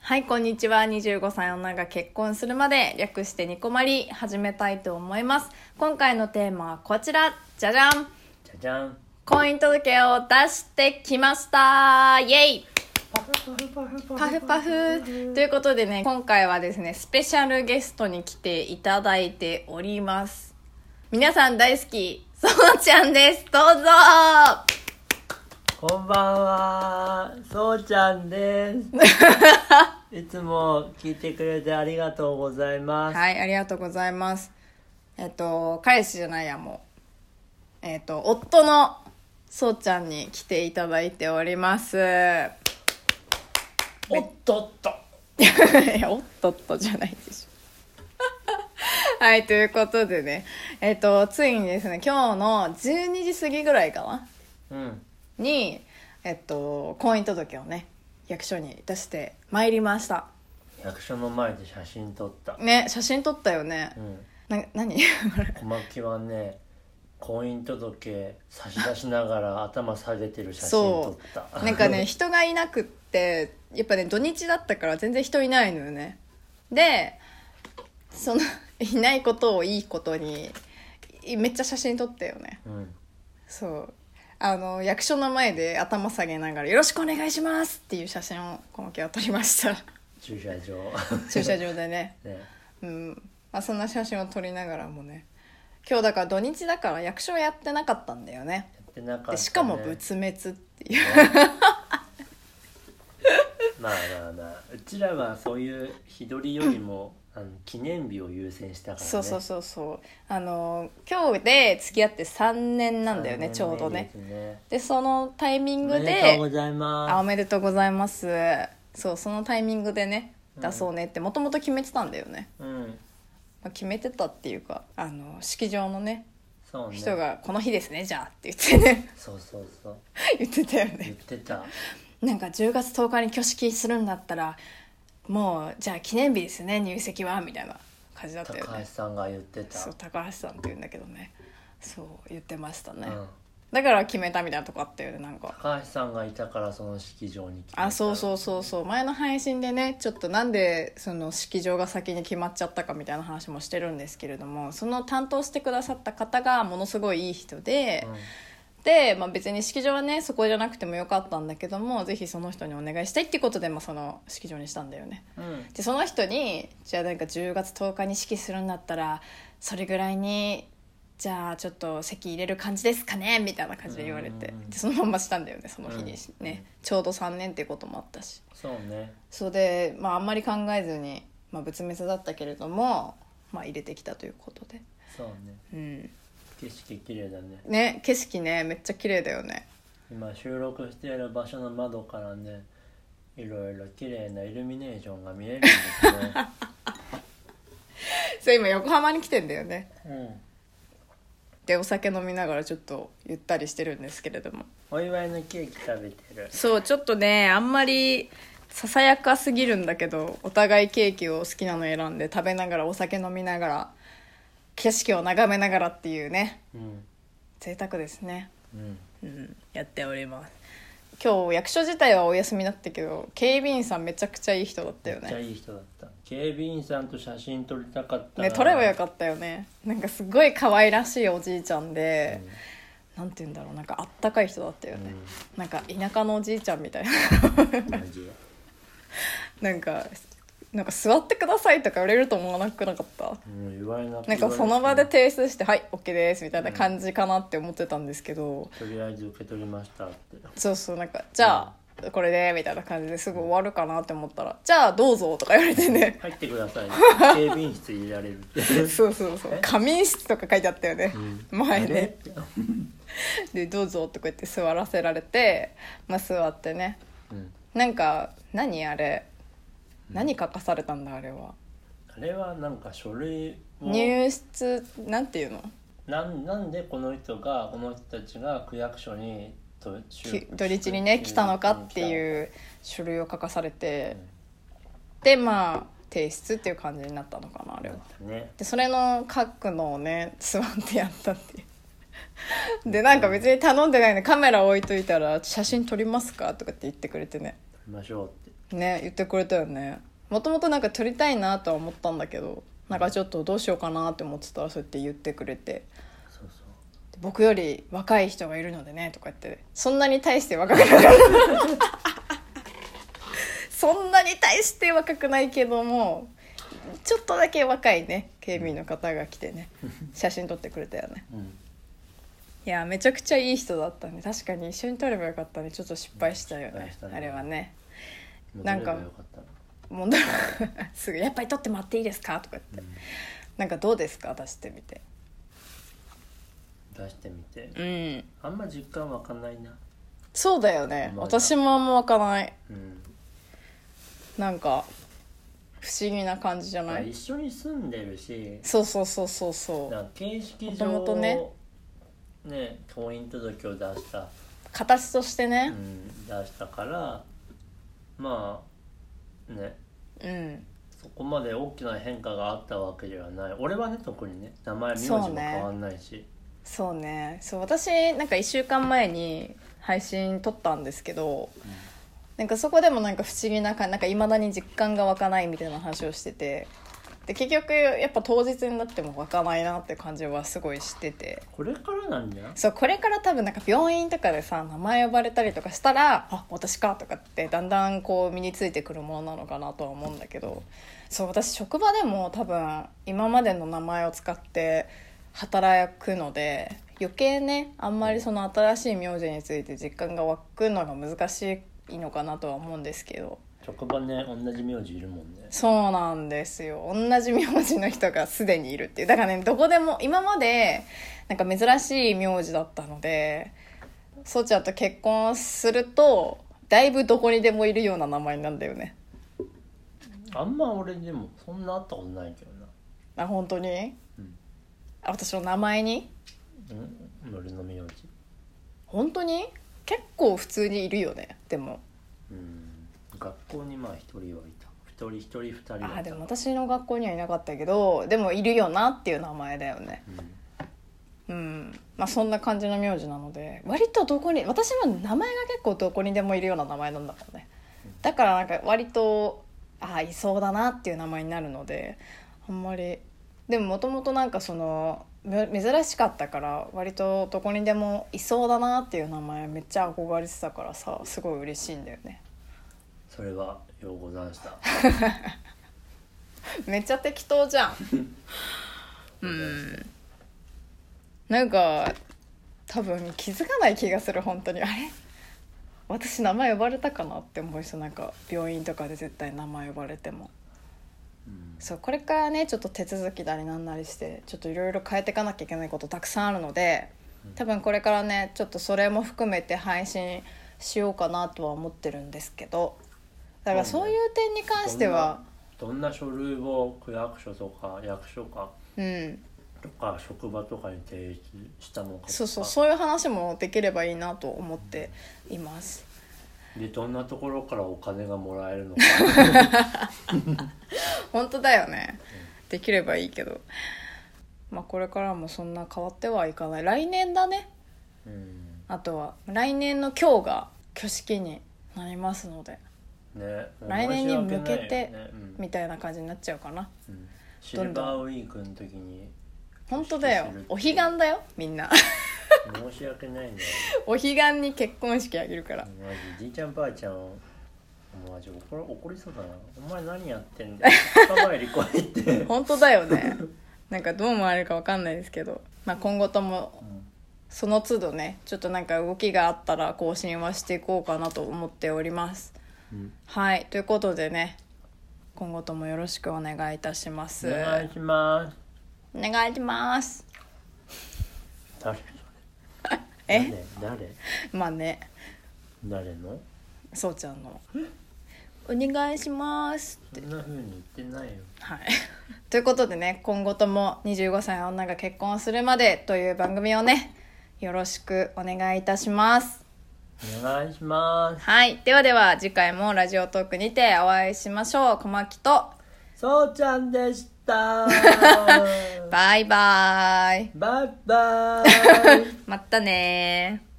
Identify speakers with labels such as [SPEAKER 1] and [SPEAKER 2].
[SPEAKER 1] はい、こんにちは。25歳女が結婚するまで、略してニコマリ、始めたいと思います。今回のテーマはこちら。じゃじゃん
[SPEAKER 2] じゃじゃん
[SPEAKER 1] 婚姻届を出してきましたイェイ
[SPEAKER 2] パフパフパフパ
[SPEAKER 1] パフパフということでね、今回はですね、スペシャルゲストに来ていただいております。皆さん大好き、そうちゃんです。どうぞ
[SPEAKER 2] こんばんはそうちゃんです いつも聞いてくれてありがとうございます、
[SPEAKER 1] はい、ありがとうございます。えっと、彼氏じゃないや、もう。えっと、夫のそうちゃんに来ていただいております。い
[SPEAKER 2] おっとっと
[SPEAKER 1] や、おっとっとじゃないでしょ。 はい、ということでね、えっと、ついにですね、今日の12時過ぎぐらいかな
[SPEAKER 2] うん
[SPEAKER 1] に、えっと、婚姻届をね、役所に出してまいりました。
[SPEAKER 2] 役所の前で写真撮った
[SPEAKER 1] ね、写真撮ったよね
[SPEAKER 2] う。ん
[SPEAKER 1] な、何
[SPEAKER 2] 小牧はね婚姻届差し出しながら頭下げてる写真撮
[SPEAKER 1] そ
[SPEAKER 2] った
[SPEAKER 1] うなんかね人がいなくってやっぱね土日だったから全然人いないのよねでその いないことをいいことにいめっちゃ写真撮ったよね
[SPEAKER 2] うん
[SPEAKER 1] そうあの役所の前で頭下げながら「よろしくお願いします」っていう写真をこの日は撮りました
[SPEAKER 2] 駐車場
[SPEAKER 1] 駐車場でね
[SPEAKER 2] ね
[SPEAKER 1] うん、まあ、そんな写真を撮りながらもね今日だから土日だから役所やってなかったんだよね
[SPEAKER 2] やってなかった、
[SPEAKER 1] で
[SPEAKER 2] ね、
[SPEAKER 1] しかも仏滅っていう
[SPEAKER 2] まあまあまあうちらはそういう日取りよりもあの記念日を優先したからね
[SPEAKER 1] そうそうそうそうあの今日で付き合って3年なんだよねちょうどね
[SPEAKER 2] いいです
[SPEAKER 1] でそのタイミ
[SPEAKER 2] お
[SPEAKER 1] ング
[SPEAKER 2] めでとうご
[SPEAKER 1] で
[SPEAKER 2] ざ
[SPEAKER 1] あ
[SPEAKER 2] い
[SPEAKER 1] お
[SPEAKER 2] ま
[SPEAKER 1] めでとうございますそうそのタイミングでね
[SPEAKER 2] うん
[SPEAKER 1] 出そうねってもともと決めてたんだよね、
[SPEAKER 2] すうん
[SPEAKER 1] まあ、決めてたっていうかあの式場のね
[SPEAKER 2] そうね
[SPEAKER 1] 人が「この日ですねじゃあ」って言ってね
[SPEAKER 2] そうそうそう
[SPEAKER 1] 言ってたよ
[SPEAKER 2] 言っ
[SPEAKER 1] ね
[SPEAKER 2] て た
[SPEAKER 1] なんか10月10日に挙式するんだったらもうじゃあ記念日ですね入籍はみたいな感じだったよ
[SPEAKER 2] 高
[SPEAKER 1] ね
[SPEAKER 2] 橋さんが言ってた
[SPEAKER 1] そう高橋さんって言うんだけどねそう言ってましたね、
[SPEAKER 2] うん
[SPEAKER 1] だから決めたみたいなとこあったよねなんか
[SPEAKER 2] 高橋さんがいたからその式場に来
[SPEAKER 1] あそうそううそうそう前の配信でねちょっとなんでその式場が先に決まっちゃったかみたいな話もしてるんですけれどもその担当してくださった方がものすごいいい人で、で、まあ、別に式場はねそこじゃなくてもよかったんだけどもぜひその人にお願いしたいっていうことで、まあ、その式場にしたんだよね
[SPEAKER 2] うん、うん
[SPEAKER 1] でその人にじゃあなんか10月10日に式するんだったらそれぐらいにじゃあちょっと席入れる感じですかねみたいな感じで言われて
[SPEAKER 2] うん
[SPEAKER 1] でそのまんましたんだよねその日にし
[SPEAKER 2] うん
[SPEAKER 1] ねちょうど3年ってこともあったし
[SPEAKER 2] そうね
[SPEAKER 1] それで、まあ、あんまり考えずに、まあ、仏滅だったけれども、まあ、入れてきたということで、
[SPEAKER 2] そうね
[SPEAKER 1] うん、
[SPEAKER 2] 景色綺麗だね
[SPEAKER 1] ね景色ねめっちゃ綺麗だよね
[SPEAKER 2] 今収録している場所の窓からねいろいろ綺麗なイルミネーションが見えるんですね
[SPEAKER 1] そう今横浜に来てんだよね
[SPEAKER 2] うん、
[SPEAKER 1] でお酒飲みながらちょっとゆったりしてるんですけれども
[SPEAKER 2] お祝いのケーキ食べてる
[SPEAKER 1] そうちょっとねあんまりささやかすぎるんだけどお互いケーキを好きなの選んで食べながらお酒飲みながら景色を眺めながらっていうね
[SPEAKER 2] うん
[SPEAKER 1] 贅沢ですね
[SPEAKER 2] うん
[SPEAKER 1] うんやっております今日役所自体はお休みだったけど警備員さんめちゃくちゃいい人だった
[SPEAKER 2] め
[SPEAKER 1] よ
[SPEAKER 2] っちゃ
[SPEAKER 1] ね
[SPEAKER 2] いい人だった警備員さんと写真撮りたかったな
[SPEAKER 1] ね撮ればよかったよねなんかすごい可愛らしいおじいちゃんで、なんて言うんだろうなんかあったかい人だったよね、なんか田舎のおじいちゃんみたいな
[SPEAKER 2] マジ
[SPEAKER 1] なんかなんか座ってくださいとか言われると思わなくなかった
[SPEAKER 2] うん言われなく
[SPEAKER 1] なんかその場で提出して「はい OK です」みたいな感じかなって思ってたんですけど、
[SPEAKER 2] とりあえず受け取りましたって
[SPEAKER 1] そうそうなんか「じゃあこれで」みたいな感じですぐ終わるかなって思ったら「じゃあどうぞ」とか言われて ね
[SPEAKER 2] 入ってく ださい警備員室入れられるって
[SPEAKER 1] そうそうそう
[SPEAKER 2] え
[SPEAKER 1] 仮眠室とか書いてあったよね、
[SPEAKER 2] ん
[SPEAKER 1] 前
[SPEAKER 2] あ
[SPEAKER 1] ねで
[SPEAKER 2] れ
[SPEAKER 1] 「どうぞ」とか言って座らせられてまあ座ってね
[SPEAKER 2] うん
[SPEAKER 1] なんか何あれ何書かされたんだあれは
[SPEAKER 2] あれはなんか書類を
[SPEAKER 1] 入室なんていうの
[SPEAKER 2] なんなんでこの人がこの人たちが区役所にと
[SPEAKER 1] き土日にね来たのかって
[SPEAKER 2] う
[SPEAKER 1] いう書類を書かされてでまあ提出っていう感じになったのかなあれは
[SPEAKER 2] ね
[SPEAKER 1] でそれの書くのをね 座ってやったっていうでなんか別に頼んでないのにカメラ置いといたら「写真撮りますか?」とかって言ってくれてね
[SPEAKER 2] 撮りましょうって
[SPEAKER 1] ね言ってくれたよねもともとなんか撮りたいなとは思ったんだけどなんかちょっとどうしようかなって思ってたらそうやって言ってくれて
[SPEAKER 2] そうそ
[SPEAKER 1] 「僕より若い人がいるのでね」とか言ってそんなに対して若くなかった そんなに対して若くないけどもちょっとだけ若いね警備員の方が来てね写真撮ってくれたよね
[SPEAKER 2] ううん
[SPEAKER 1] いやめちゃくちゃいい人だったね確かに一緒に撮ればよかったねちょっと失敗したよ
[SPEAKER 2] 失敗
[SPEAKER 1] ね
[SPEAKER 2] したね
[SPEAKER 1] あれはね
[SPEAKER 2] 戻
[SPEAKER 1] なん
[SPEAKER 2] れば
[SPEAKER 1] か
[SPEAKER 2] よかったな
[SPEAKER 1] もう だからすぐ「やっぱり撮ってもらっていいですか?」とか言って「なんかどうですか?」出してみて
[SPEAKER 2] うん出してみて
[SPEAKER 1] うん
[SPEAKER 2] あんま実感わかんないな
[SPEAKER 1] そうだよね
[SPEAKER 2] うまいな
[SPEAKER 1] 私もあんま湧かない
[SPEAKER 2] うん
[SPEAKER 1] なんか不思議な感じじゃ
[SPEAKER 2] ま
[SPEAKER 1] な
[SPEAKER 2] あ
[SPEAKER 1] い
[SPEAKER 2] 一緒に住んでるし
[SPEAKER 1] そうそうそうそうそう
[SPEAKER 2] なんか形式
[SPEAKER 1] もともと
[SPEAKER 2] 上
[SPEAKER 1] ね
[SPEAKER 2] ね婚姻届を出した、
[SPEAKER 1] 形として
[SPEAKER 2] う
[SPEAKER 1] ね
[SPEAKER 2] ん、出したからまあね
[SPEAKER 1] うん
[SPEAKER 2] そこまで大きな変化があったわけではない俺はね特にね名前名字も
[SPEAKER 1] そうね
[SPEAKER 2] 変わんないし、
[SPEAKER 1] そうねそう私なんか1週間前に配信撮ったんですけどなんかそこでもなんか不思議な感じなんかいまだに実感が湧かないみたいな話をしててで結局やっぱ当日になっても湧かないなって感じはすごいしてて
[SPEAKER 2] これからなんじゃん
[SPEAKER 1] そうこれから多分なんか病院とかでさ名前呼ばれたりとかしたら「あ私か」とかってだんだんこう身についてくるものなのかなとは思うんだけどそう私職場でも多分今までの名前を使って働くので余計ねあんまりその新しい名字について実感が湧くのが難しいのかなとは思うんですけど
[SPEAKER 2] 職場ね同じ名字いるもんね
[SPEAKER 1] そうなんですよ同じ名字の人がすでにいるっていうだからねどこでも今までなんか珍しい名字だったのでそうちゃんと結婚するとだいぶどこにでもいるような名前なんだよね
[SPEAKER 2] あんま俺でもそんな会ったことないけどな
[SPEAKER 1] あ本当に
[SPEAKER 2] うん
[SPEAKER 1] あ私の名前に
[SPEAKER 2] うん俺の名字
[SPEAKER 1] 本当に結構普通にいるよねでも
[SPEAKER 2] うん学校にまあ一人はいた一人一人二人はいた
[SPEAKER 1] あでも私の学校にはいなかったけどでもいるよなっていう名前だよね
[SPEAKER 2] う
[SPEAKER 1] う
[SPEAKER 2] ん
[SPEAKER 1] んまあそんな感じの名字なので割とどこに私は名前が結構どこにでもいるような名前なんだもんねだからなんか割とああいそうだなっていう名前になるのであんまりでももともとなんかそのめ珍しかったから割とどこにでもいそうだなっていう名前めっちゃ憧れてたからさすごい嬉しいんだよね
[SPEAKER 2] それはようござんした
[SPEAKER 1] めっちゃ適当じゃん うんなんか多分気づかない気がする本当にあれ私名前呼ばれたかなって思う人なんか病院とかで絶対名前呼ばれても
[SPEAKER 2] うん
[SPEAKER 1] そうこれからねちょっと手続きなりなんなりしてちょっといろいろ変えていかなきゃいけないことたくさんあるので多分これからねちょっとそれも含めて配信しようかなとは思ってるんですけどだからそういう点に関しては
[SPEAKER 2] どんな書類を区役所とか役所か
[SPEAKER 1] うん
[SPEAKER 2] とか職場とかに提出したのかとか
[SPEAKER 1] そうそうそういう話もできればいいなと思っています
[SPEAKER 2] でどんなところからお金がもらえる のか
[SPEAKER 1] 本当だよねできればいいけどまあこれからもそんな変わってはいかない来年だね
[SPEAKER 2] うん
[SPEAKER 1] あとは来年の今日が挙式になりますので
[SPEAKER 2] ね
[SPEAKER 1] 来年に向けて
[SPEAKER 2] 申し訳ないよねうん
[SPEAKER 1] みたいな感じになっちゃうかな
[SPEAKER 2] うんシルバーウィークの時に
[SPEAKER 1] 本当だよお彼岸だよみんな
[SPEAKER 2] 申し訳ないね
[SPEAKER 1] お彼岸に結婚式あげるから
[SPEAKER 2] マジじいちゃんばあちゃんマジ怒ら怒りそうだなお前何やってんだよ 墓参り来いって
[SPEAKER 1] 本当だよねなんかどう思われるかわかんないですけど、まあ、今後とも
[SPEAKER 2] うん
[SPEAKER 1] その都度ねちょっとなんか動きがあったら更新はしていこうかなと思っております
[SPEAKER 2] うん
[SPEAKER 1] はいということでね今後ともよろしくお願いいたします
[SPEAKER 2] お願いします
[SPEAKER 1] お願いします
[SPEAKER 2] 誰
[SPEAKER 1] え
[SPEAKER 2] 誰
[SPEAKER 1] まあね
[SPEAKER 2] 誰誰の
[SPEAKER 1] そうちゃんの「お願いします」
[SPEAKER 2] そんな風に言ってないよ
[SPEAKER 1] はい ということでね今後とも25歳の女が結婚するまでという番組をねよろしくお願いいたします
[SPEAKER 2] お願いします
[SPEAKER 1] はいではでは次回もラジオトークにてお会いしましょう小牧と
[SPEAKER 2] そうちゃんでした
[SPEAKER 1] バイバイ。
[SPEAKER 2] バイバイ
[SPEAKER 1] またねー。